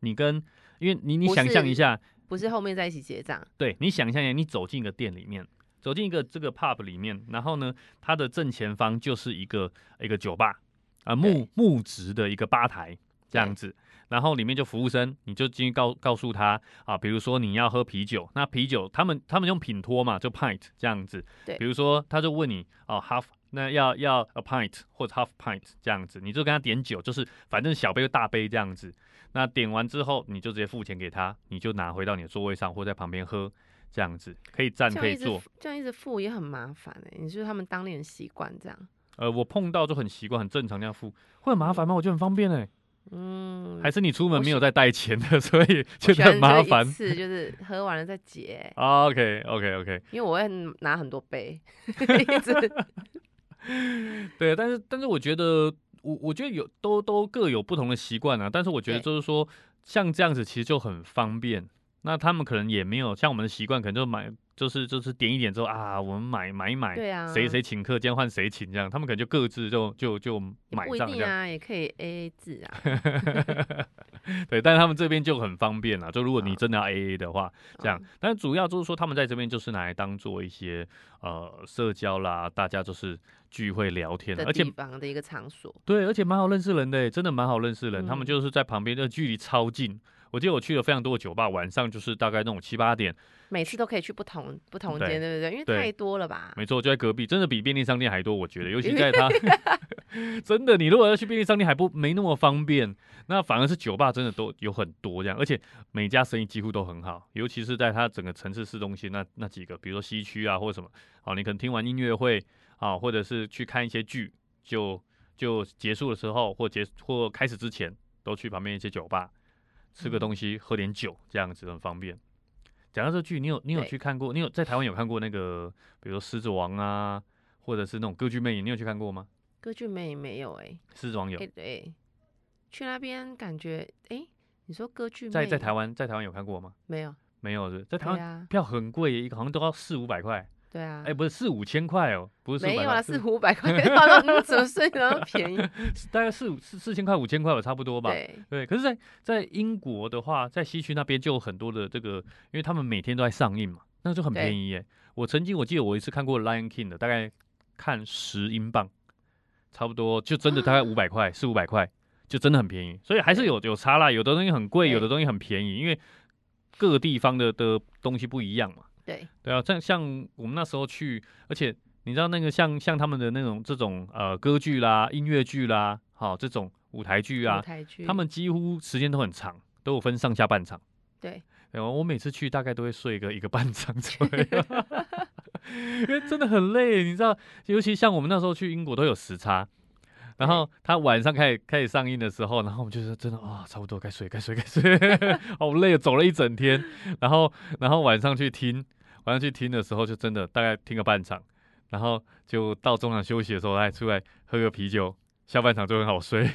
S1: 你跟因为你你
S3: 不
S1: 想象一
S3: 是
S1: 下，
S3: 不是后面在一起结账，
S1: 对你想象一下，你走进一个店里面，走进一个这个 pub 里面，然后呢，它的正前方就是一个一个酒吧啊、木木质的一个吧台这样
S3: 对
S1: 子，然后里面就服务生，你就进去告告诉他啊，比如说你要喝啤酒，那啤酒他们他们用品托嘛，就 pint 这样子，
S3: 对
S1: 比如说他就问你哦 half。那要要 a pint 或者 half pint 这样子，你就跟他点酒，就是反正小杯大杯这样子。那点完之后，你就直接付钱给他，你就拿回到你的座位上或在旁边喝，这样子可以站
S3: 这
S1: 可
S3: 样
S1: 以
S3: 一直
S1: 坐。
S3: 付这样一直付也很麻烦哎。你说他们当地人习惯这样，
S1: 呃，我碰到就很习惯，很正常这样付，会很麻烦吗？我觉得很方便哎、
S3: 嗯，
S1: 还是你出门
S3: 我
S1: 没
S3: 喜
S1: 有在带钱的，所以觉
S3: 我喜
S1: 得很
S3: 欢
S1: 麻
S3: 就是一
S1: 烦。
S3: 次就是喝完了再
S1: (laughs)
S3: 结，
S1: OK OK OK，
S3: 因为我会拿很多
S1: (laughs)
S3: 杯，一直
S1: 对，但是但是我觉得我我觉得有都都各有不同的习惯啊，但是我觉得
S3: 对
S1: 就是说像这样子其实就很方便。那他们可能也没有像我们的习惯，可能就买，就是就是点一点之后啊，我们买买一买，
S3: 对啊
S1: 谁谁请客，今天换谁请这样，他们可能就各自就就就
S3: 也
S1: 买
S3: 不一
S1: 账这
S3: 定
S1: 样，
S3: 啊，也可以 A A 制啊。
S1: 对，但是他们这边就很方便啦，就如果你
S3: 啊
S1: 真的要 A A 的话，这样
S3: 嗯，
S1: 但主要就是说他们在这边就是拿来当做一些呃社交啦，大家就是聚会聊天啦，
S3: 的
S1: 而且
S3: 地方的一个场所，
S1: 对，而且蛮好认识人的欸，真的蛮好认识人。他们
S3: 嗯
S1: 就是在旁边，的距离超近。我记得我去了非常多的酒吧，晚上就是大概那种七八点，
S3: 每次都可以去不同不同
S1: 对
S3: 间，对不对？因为
S1: 对
S3: 太多了吧？
S1: 没错，就在隔壁，真的比便利商店还多。我觉得，尤其在它， (laughs) 真的，你如果要去便利商店还不没那么方便，那反而是酒吧真的都有很多这样，而且每家生意几乎都很好，尤其是在它整个城市市中心那那几个，比如说西区啊或者什么，好，你可能听完音乐会啊，或者是去看一些剧，就就结束的时候或结或开始之前，都去旁边一些酒吧吃个
S3: 嗯
S1: 东西，喝点酒，这样子很方便。讲到这剧，你有你有
S3: 对
S1: 去看过？你有在台湾有看过那个，比如说《狮子王》啊，或者是那种《歌剧魅影》，你有去看过吗？
S3: 歌剧魅影没有哎、
S1: 《狮子王》有
S3: 哎、对，去那边感觉哎、你说歌剧
S1: 在
S3: 魅
S1: 在
S3: 影
S1: 台湾在台湾有看过吗？
S3: 没有？
S1: 没有是不是在台
S3: 对
S1: 湾
S3: 啊，
S1: 票很贵耶，一个好像都要四五百块，
S3: 对啊，
S1: 哎、不是四五千块哦，不是四
S3: 没
S1: 五百
S3: 有
S1: 块，
S3: 啊，是五
S1: (laughs)
S3: 百块，好像嗯怎么睡那么便宜？
S1: 是大概四五四四千块五千块吧，差不多吧。
S3: 对，
S1: 对，可是在，在英国的话，在西区那边就有很多的这个，因为他们每天都在上映嘛，那就很
S3: 对
S1: 便宜耶。我曾经我记得我一次看过《Lion King》的，大概看十英镑，差不多就真的大概五百块，四五百块，就真的很便宜。所以还是有有差啦，有的东西很贵，有的
S3: 对
S1: 东西很便宜，因为各地方的的东西不一样嘛。
S3: 对，
S1: 对啊，像像我们那时候去，而且你知道那个像像他们的那种这种呃歌剧啦、音乐剧啦，好、这种舞台剧啊
S3: 舞，台剧，
S1: 他们几乎时间都很长，都有分上下半场。
S3: 对
S1: 然后我每次去大概都会睡个一个半场左右，因为真的很累，你知道，尤其像我们那时候去英国都有时差，然后他晚上开始开始上映的时候，然后我们就说真的啊、差不多该睡该睡该睡， (laughs) 好累，哦走了一整天，然后然后晚上去听，晚上去听的时候就真的大概听个半场，然后就到中场休息的时候还出来喝个啤酒，下半场就很好睡。 (laughs)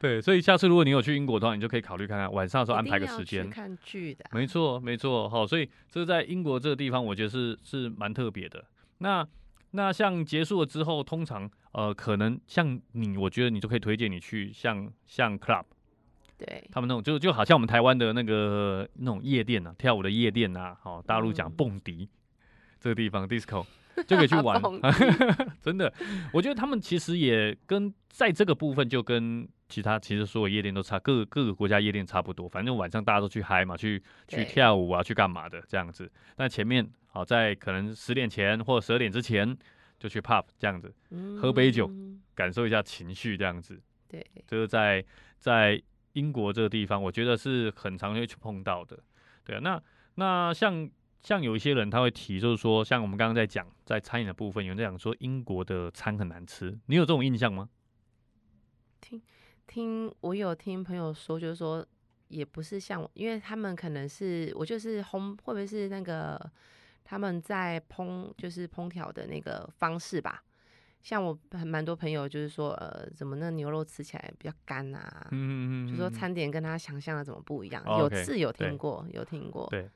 S1: 对，所以下次如果你有去英国的话，你就可以考虑看看晚上的时候
S3: 一
S1: 安
S3: 定
S1: 排个
S3: 要
S1: 时
S3: 去
S1: 间。
S3: 看剧的啊，
S1: 没错，没错，好，所以这在英国这个地方，我觉得是是蛮特别的。那那像结束了之后，通常呃，可能像你，我觉得你就可以推荐你去像像 club
S3: 对
S1: 他们那种，就就好像我们台湾的那个那种夜店啊，跳舞的夜店啊，好、大陆讲
S3: 嗯
S1: 蹦迪、这个地方 disco 就可以去玩，(laughs)
S3: (laughs) 蹦
S1: 真的，我觉得他们其实也跟在这个部分就跟其他其实所有夜店都差，各各个国家夜店差不多，反正晚上大家都去嗨嘛，去去
S3: 对
S1: 跳舞啊，去干嘛的这样子。那前面好、在可能十点前或十二点之前就去 pub 这样子，喝杯酒
S3: 嗯
S1: 感受一下情绪这样子。
S3: 对，
S1: 就是在在英国这个地方，我觉得是很常会去碰到的。对啊，那那像像有一些人他会提，就是说，像我们刚刚在讲在餐饮的部分，有人在讲说英国的餐很难吃，你有这种印象吗？
S3: 听我有听朋友说，就是说也不是像我，因为他们可能是我就是烘，会不会是那个他们在烹就是烹调的那个方式吧？像我很蛮多朋友就是说，呃，怎么那牛肉吃起来比较干啊？
S1: 嗯
S3: 就说餐点跟他想象的怎么不一样？
S1: 哦
S3: 有
S1: OK，
S3: 是有
S1: 对
S3: 听过，有听过
S1: 对，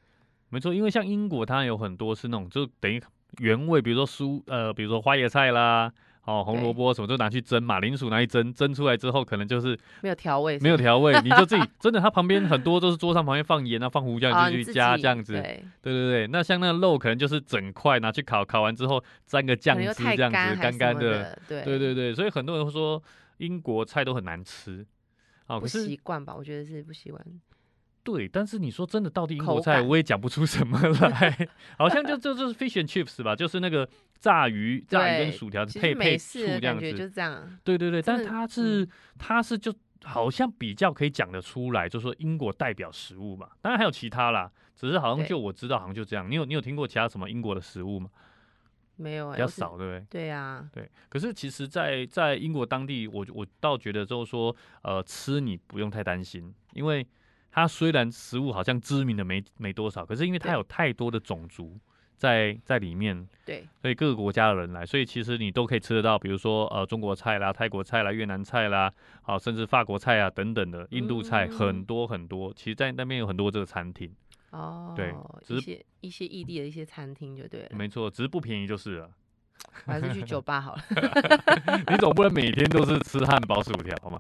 S1: 没错，因为像英国它有很多是那种就等于原味，比如说蔬呃，比如说花椰菜啦。哦，红萝
S3: 对
S1: 卜什么都拿去蒸嘛，马铃薯拿去蒸，蒸出来之后可能就是
S3: 没有调味是
S1: 没有调味，你就
S3: (laughs)
S1: 自己真的，它旁边很多都是桌上旁边放盐啊、放胡椒，
S3: 吗啊，
S1: 你
S3: 你
S1: 就
S3: 自
S1: 去加
S3: 己
S1: 这样子。
S3: 对，
S1: 对对对，那像那个肉可能就是整块拿去烤，烤完之后沾个
S3: 可
S1: 酱
S3: 能又
S1: 汁
S3: 太
S1: 这样子，
S3: 干还
S1: 干
S3: 是
S1: 干
S3: 什么
S1: 的。
S3: 的，对
S1: 对对对，所以很多人会说英国菜都很难吃啊，
S3: 不
S1: 可
S3: 习
S1: 是
S3: 惯吧？我觉得是不习惯。
S1: 对，但是你说真的，到底英国
S3: 口
S1: 菜
S3: 感
S1: 我也讲不出什么来，
S3: (laughs)
S1: 好像就就就是 fish and chips 吧，就是那个炸鱼、炸鱼跟
S3: 对
S1: 薯条
S3: 其
S1: 配
S3: 实
S1: 配
S3: 美
S1: 醋
S3: 式的
S1: 这样
S3: 感觉就
S1: 子。
S3: 是这样，
S1: 对对对，
S3: 真
S1: 但
S3: 的
S1: 它是它是就好像比较可以讲得出来，就说英国代表食物嘛，当然还有其他啦，只是好像
S3: 对
S1: 就我知道好像就这样。你有你有听过其他什么英国的食物吗？
S3: 没有哎、
S1: 比较
S3: 我是
S1: 少，对不对？
S3: 对啊，
S1: 对。可是其实在，在英国当地，我我倒觉得就是说，呃，吃你不用太担心，因为它虽然食物好像知名的没没多少，可是因为它
S3: 对
S1: 有太多的种族在在里面，
S3: 对，
S1: 所以各个国家的人来，所以其实你都可以吃得到，比如说呃中国菜啦、泰国菜啦、越南菜啦，好、甚至法国菜啊等等的印度菜、
S3: 嗯
S1: 很多很多。其实，在那边有很多这个餐厅，
S3: 哦，
S1: 对只
S3: 一
S1: 是
S3: 些一些异地的一些餐厅就对了，
S1: 没错，只是不便宜就是了。 (laughs)
S3: 我还是去酒吧好了，
S1: 你总不能每天都是吃汉堡薯条嘛？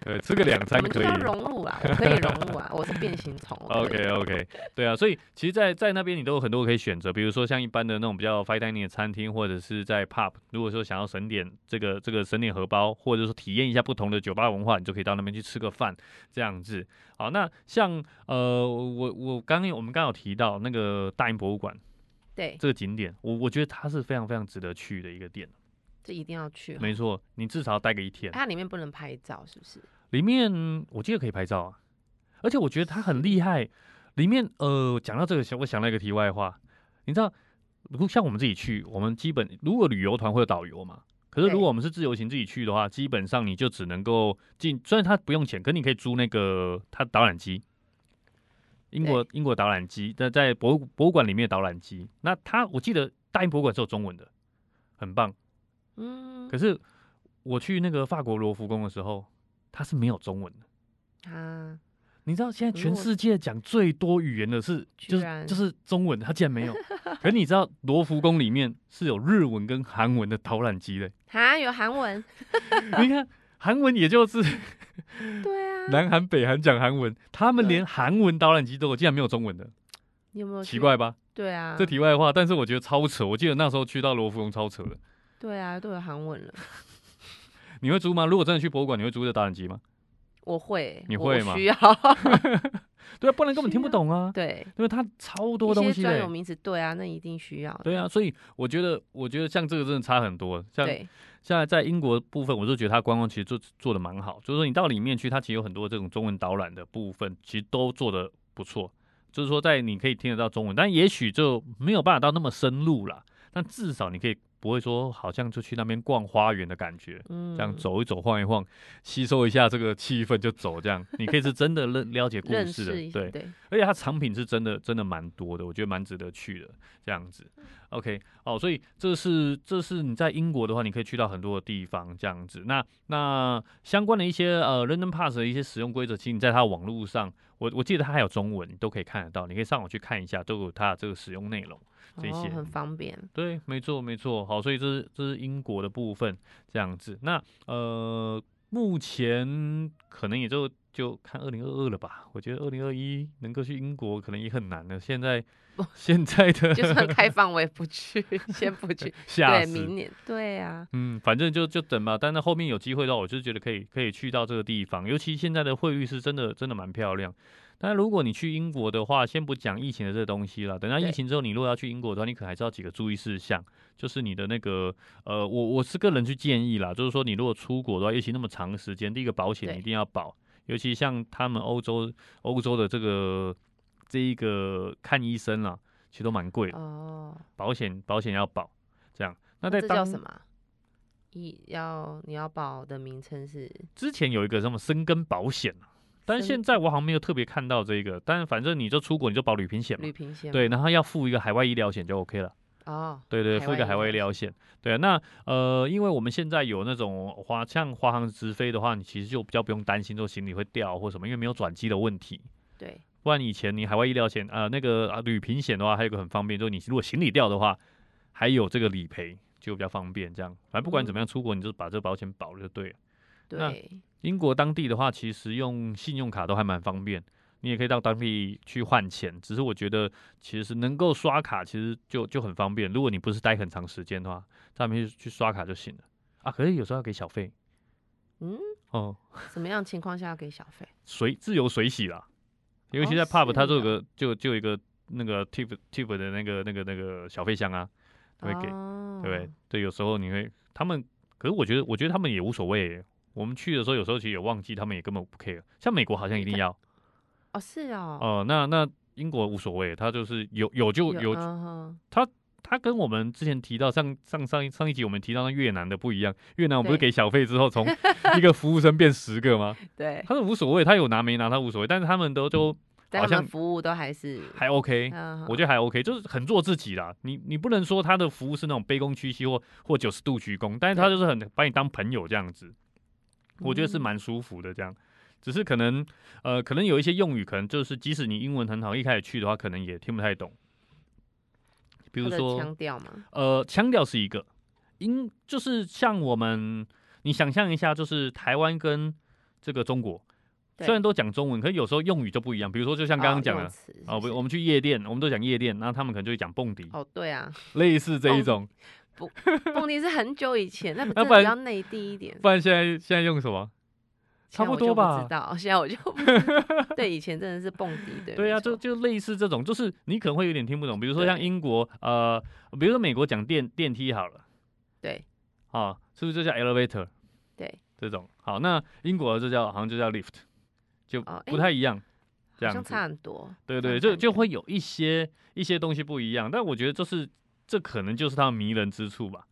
S1: 对，吃 (laughs) 个两
S3: 我
S1: 餐
S3: 们就
S1: 可以
S3: 要。融入啦，我可以融入啊，我是变形虫我可以
S1: OK OK，对啊，所以其实在，在那边你都有很多可以选择，比如说像一般的那种比较 fine dining 的餐厅，或者是在 pub，如果说想要省点这个这个省点荷包，或者说体验一下不同的酒吧文化，你就可以到那边去吃个饭这样子。好，那像呃，我我刚刚我们刚刚有提到那个大英博物馆
S3: 对，
S1: 这个景点，我我觉得它是非常非常值得去的一个点。
S3: 这一定要去哦。
S1: 没错，你至少要待个一天
S3: 哎。它里面不能拍照，是不是？
S1: 里面我记得可以拍照啊，而且我觉得他很厉害。里面呃，讲到这个，我想到一个题外话，你知道，如果像我们自己去，我们基本如果旅游团会有导游嘛，可是如
S3: 对
S1: 果我们是自由行自己去的话，基本上你就只能够进，虽然他不用钱，可你可以租那个他导览机。英国英国导览机，在在博物博物馆里面的导览机，那他我记得大英博物馆是有中文的，很棒。
S3: 嗯
S1: 可是我去那个法国罗浮宫的时候，它是没有中文的。
S3: 啊，
S1: 你知道现在
S3: 可是
S1: 全
S3: 我
S1: 世界讲最多语言的是
S3: 居
S1: 就是
S3: 然
S1: 就是中文，它竟然没 (laughs) 有。可是你知道罗浮宫里面是有日文跟韩文的导览机 (laughs) 的，
S3: 哈，有韩文，
S1: 你看韩文也就是 (laughs)
S3: 对啊，
S1: 南韩北韩讲韩文，他们连韩文导览机都有，竟然没有中文的，
S3: 你有没有
S1: 奇
S3: 去？
S1: 怪吧？
S3: 对啊，
S1: 这题外话，但是我觉得超扯。我记得那时候去到罗浮宫超扯的。
S3: 对啊，都有韩文了。
S1: 你会租吗？如果真的去博物馆，你会租这导览机吗？
S3: 我会，
S1: 你
S3: 我
S1: 会
S3: 我
S1: 吗
S3: 需要 (laughs)
S1: 对啊，不然根本听不
S3: 需要
S1: 懂啊。
S3: 对
S1: 因为它超多
S3: 一
S1: 东
S3: 些
S1: 西
S3: 专
S1: 的
S3: 有
S1: 欸。
S3: 名词，对啊，那一定需要。
S1: 对啊，所以我觉得，我觉得像这个真的差很多。像
S3: 对
S1: 现在在英国部分，我就觉得它观光其实做做的蛮好，就是说你到里面去，它其实有很多这种中文导览的部分，其实都做的不错。就是说，在你可以听得到中文，但也许就没有办法到那么深入啦。但至少你可以不会说，好像就去那边逛花园的感觉，
S3: 嗯，
S1: 这样走一走、晃一晃，吸收一下这个气氛就走。这样你可以是真的认了解故
S3: 认
S1: 事
S3: 识
S1: 的，
S3: 一
S1: 对。
S3: 对，
S1: 而且它产品是真的真的蛮多的，我觉得蛮值得去的这样子。OK，哦，
S3: 嗯
S1: 所以这是这是你在英国的话，你可以去到很多的地方这样子。那那相关的一些呃 London Pass 的一些使用规则，其实你在它的网络上，我我记得它还有中文，你都可以看得到，你可以上网去看一下，都有它的这个使用内容。这
S3: 哦
S1: 些
S3: 很方便。
S1: 对，没错，没错。好，所以这是这是英国的部分这样子。那呃，目前可能也就就看二零二二了吧。我觉得二零二一能够去英国可能也很难了。现在现在的
S3: (laughs) 就算开放我也不去，先不去。
S1: (laughs) 吓
S3: 对，
S1: 死
S3: 明年对啊，
S1: 嗯，反正就就等吧。但是后面有机会的话，我就觉得可以可以去到这个地方，尤其现在的汇率是真的真的蛮漂亮。但如果你去英国的话，先不讲疫情的这个东西了，等到疫
S3: 对
S1: 情之后，你如果要去英国的话，你可能还是要几个注意事项，就是你的那个呃，我我是个人去建议啦，就是说你如果出国的话，尤其那么长时间，第一个保险
S3: 对
S1: 一定要保，尤其像他们欧洲欧洲的这个这一个看医生啦，其实都蛮贵的，
S3: 哦，
S1: 保险保险要保。这样，那在
S3: 这
S1: 当
S3: 叫什么啊？一要你要报的名称是
S1: 之前有一个什么生根保险啊但是
S3: 生
S1: 现在我好像没有特别看到这个。但反正你就出国你就保旅平险嘛
S3: 旅，平险吗，
S1: 对，然后要付一个海外医疗险就 OK 了。
S3: 哦，
S1: 对对，
S3: 海
S1: 付一
S3: 外
S1: 个
S3: 医
S1: 海外
S3: 疗
S1: 医疗险。对啊，那呃，因为我们现在有那种华像华航直飞的话，你其实就比较不用担心说行李会掉或什么，因为没有转机的问题。
S3: 对，
S1: 不然以前你海外医疗险啊、呃那个啊旅平险的话，还有一个很方便，就是你如果行李掉的话，还有这个理赔就比较方便。这样，反正不管怎么样，出国你就把这个保险保了就对了。那
S3: 对，
S1: 英国当地的话，其实用信用卡都还蛮方便，你也可以到当地去换钱。只是我觉得，其实能够刷卡，其实就就很方便。如果你不是待很长时间的话，上面去去刷卡就行了啊。可是有时候要给小费
S3: 嗯，
S1: 哦，
S3: 什么样情况下要给小费？
S1: 随自由随喜啦。尤其在
S3: 哦
S1: pub，
S3: 是
S1: 它都有
S3: 的
S1: 个就就有一个那个 tip tip 的那个那个那个小费箱啊，都会给。
S3: 哦
S1: 对不对？对，有时候你会他们，可是我觉得，我觉得他们也无所谓耶。我们去的时候，有时候其实也忘记，他们也根本不 care。像美国好像一定要
S3: 哦，是哦，
S1: 哦、那那英国无所谓，他就是有有就有。
S3: 嗯哼
S1: 他跟我们之前提到上上上一上一集我们提到那越南的不一样，越南我们不是
S3: 对
S1: 给小费之后
S3: (laughs)
S1: 从一个服务生变十个吗？
S3: 对，
S1: 他是无所谓，他有拿没拿他无所谓，但是他们都都
S3: 但
S1: 好
S3: 他
S1: 像
S3: 们服务都还是，
S1: 还 OK，
S3: 嗯
S1: 我觉得还 OK，就是很做自己啦。你你不能说他的服务是那种卑躬屈膝或或九十度鞠躬，但是他就是很把你当朋友这样子，我觉得是
S3: 嗯
S1: 蛮舒服的这样。只是可能呃，可能有一些用语，可能就是即使你英文很好，一开始去的话，可能也听不太懂。比
S3: 他
S1: 如
S3: 的
S1: 说，
S3: 腔调嘛，
S1: 呃，腔调是一个，因就是像我们，你想象一下，就是台湾跟这个中国，
S3: 对
S1: 虽然都讲中文，可是有时候用语就不一样。比如说，就像刚刚讲的，啊，我
S3: 哦用词是不是
S1: 我们去夜店，我们都讲夜店，然后他们可能就会讲蹦迪，
S3: 哦，对啊，
S1: 类似这一
S3: 蹦
S1: 种。
S3: 蹦迪是很久以前，
S1: (laughs)
S3: 那
S1: 那
S3: 真
S1: 不
S3: 的
S1: 然
S3: 比较内地一点，
S1: 不然现在现在用什么？差
S3: 现在
S1: 不
S3: 我
S1: 多
S3: 就
S1: 吧
S3: 知道，现在我就不知道对以前真的是蹦迪，
S1: (laughs)
S3: 对
S1: 对
S3: 没
S1: 啊，就
S3: 错
S1: 就类似这种，就是你可能会有点听不懂。比如说像
S3: 对
S1: 英国，呃，比如说美国讲电电梯好了，
S3: 对
S1: 啊，是不是就叫 elevator
S3: 对，
S1: 这种？好，那英国就叫好像就叫 lift，就
S3: 哦
S1: 不
S3: 诶
S1: 太一样。这样
S3: 好像
S1: 子
S3: 差很多，
S1: 对
S3: 这
S1: 对，
S3: 样
S1: 就
S3: 感
S1: 就
S3: 觉
S1: 会有一些一些东西不一样，但我觉得这是这可能就是他们迷人之处吧。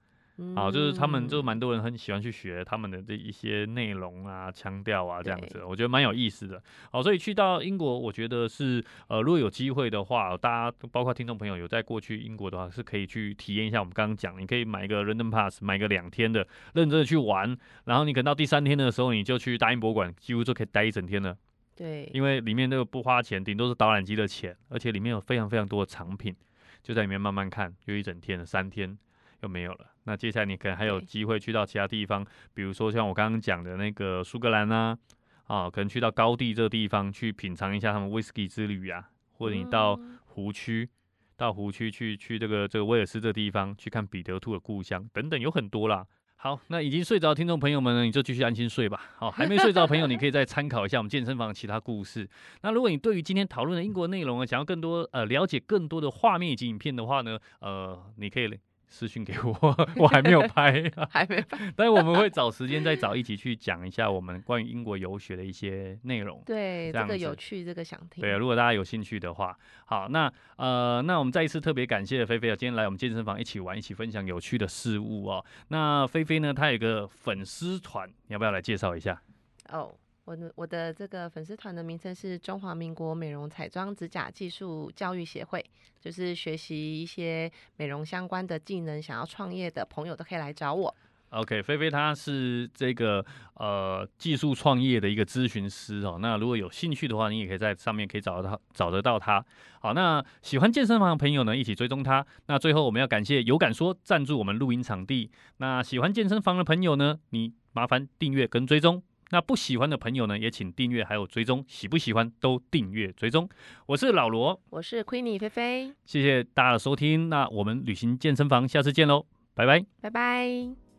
S1: 啊，就是他们就
S3: 嗯
S1: 蛮多人很喜欢去学他们的这一些内容啊、腔调啊这样
S3: 对
S1: 子，我觉得蛮有意思的。好，所以去到英国，我觉得是呃，如果有机会的话，大家包括听众朋友有在过去英国的话，是可以去体验一下我们刚刚讲，你可以买一个 London Pass，买个两天的，认真的去玩，然后你可能到第三天的时候，你就去大英博物馆，几乎就可以待一整天了。
S3: 对，
S1: 因为里面那个不花钱，顶多是导览机的钱，而且里面有非常非常多的藏品，就在里面慢慢看，有一整天了，三天又没有了。那接下来你可能还有
S3: 对
S1: 机会去到其他地方，比如说像我刚刚讲的那个苏格兰啊，啊，可能去到高地这个地方去品尝一下他们威士忌之旅啊，或者你到
S3: 嗯
S1: 湖区，到湖区去去这个这个威尔斯这个地方去看彼得兔的故乡等等，有很多啦。好，那已经睡着的听众朋友们呢，你就继续安心睡吧。好、还没睡着的朋友，你可以再参考一下我们健身房的其他故事。那如果你对于今天讨论的英国内容啊，想要更多呃了解更多的画面以及影片的话呢，呃，你可以私讯给我，我还没有拍、啊， (laughs)
S3: 还没办
S1: 但是我们会找时间再找一起去讲一下我们关于英国游学的一些内容。
S3: 对
S1: (laughs) 这
S3: 这
S1: 样
S3: 个有
S1: 子
S3: 趣，这个想听，
S1: 对，如果大家有兴趣的话，好，那呃，那我们再一次特别感谢菲菲啊，今天来我们健身房一起玩，一起分享有趣的事物哦。那菲菲呢，她有一个粉丝团，你要不要来介绍一下？
S3: 哦，我的我的这个粉丝团的名称是中华民国美容彩妆指甲技术教育协会，就是学习一些美容相关的技能，想要创业的朋友都可以来找我。
S1: OK，菲菲她是这个呃技术创业的一个咨询师哦。那如果有兴趣的话，你也可以在上面可以找到她，找得到她。好，那喜欢健身房的朋友呢，一起追踪她。那最后我们要感谢有感说赞助我们录音场地。那喜欢健身房的朋友呢，你麻烦订阅跟追踪。那不喜欢的朋友呢，也请订阅还有追踪，喜不喜欢都订阅追踪。我是老罗，
S3: 我是 Queenie 菲菲，
S1: 谢谢大家的收听。那我们旅行健身房下次见喽，拜拜。
S3: 拜拜。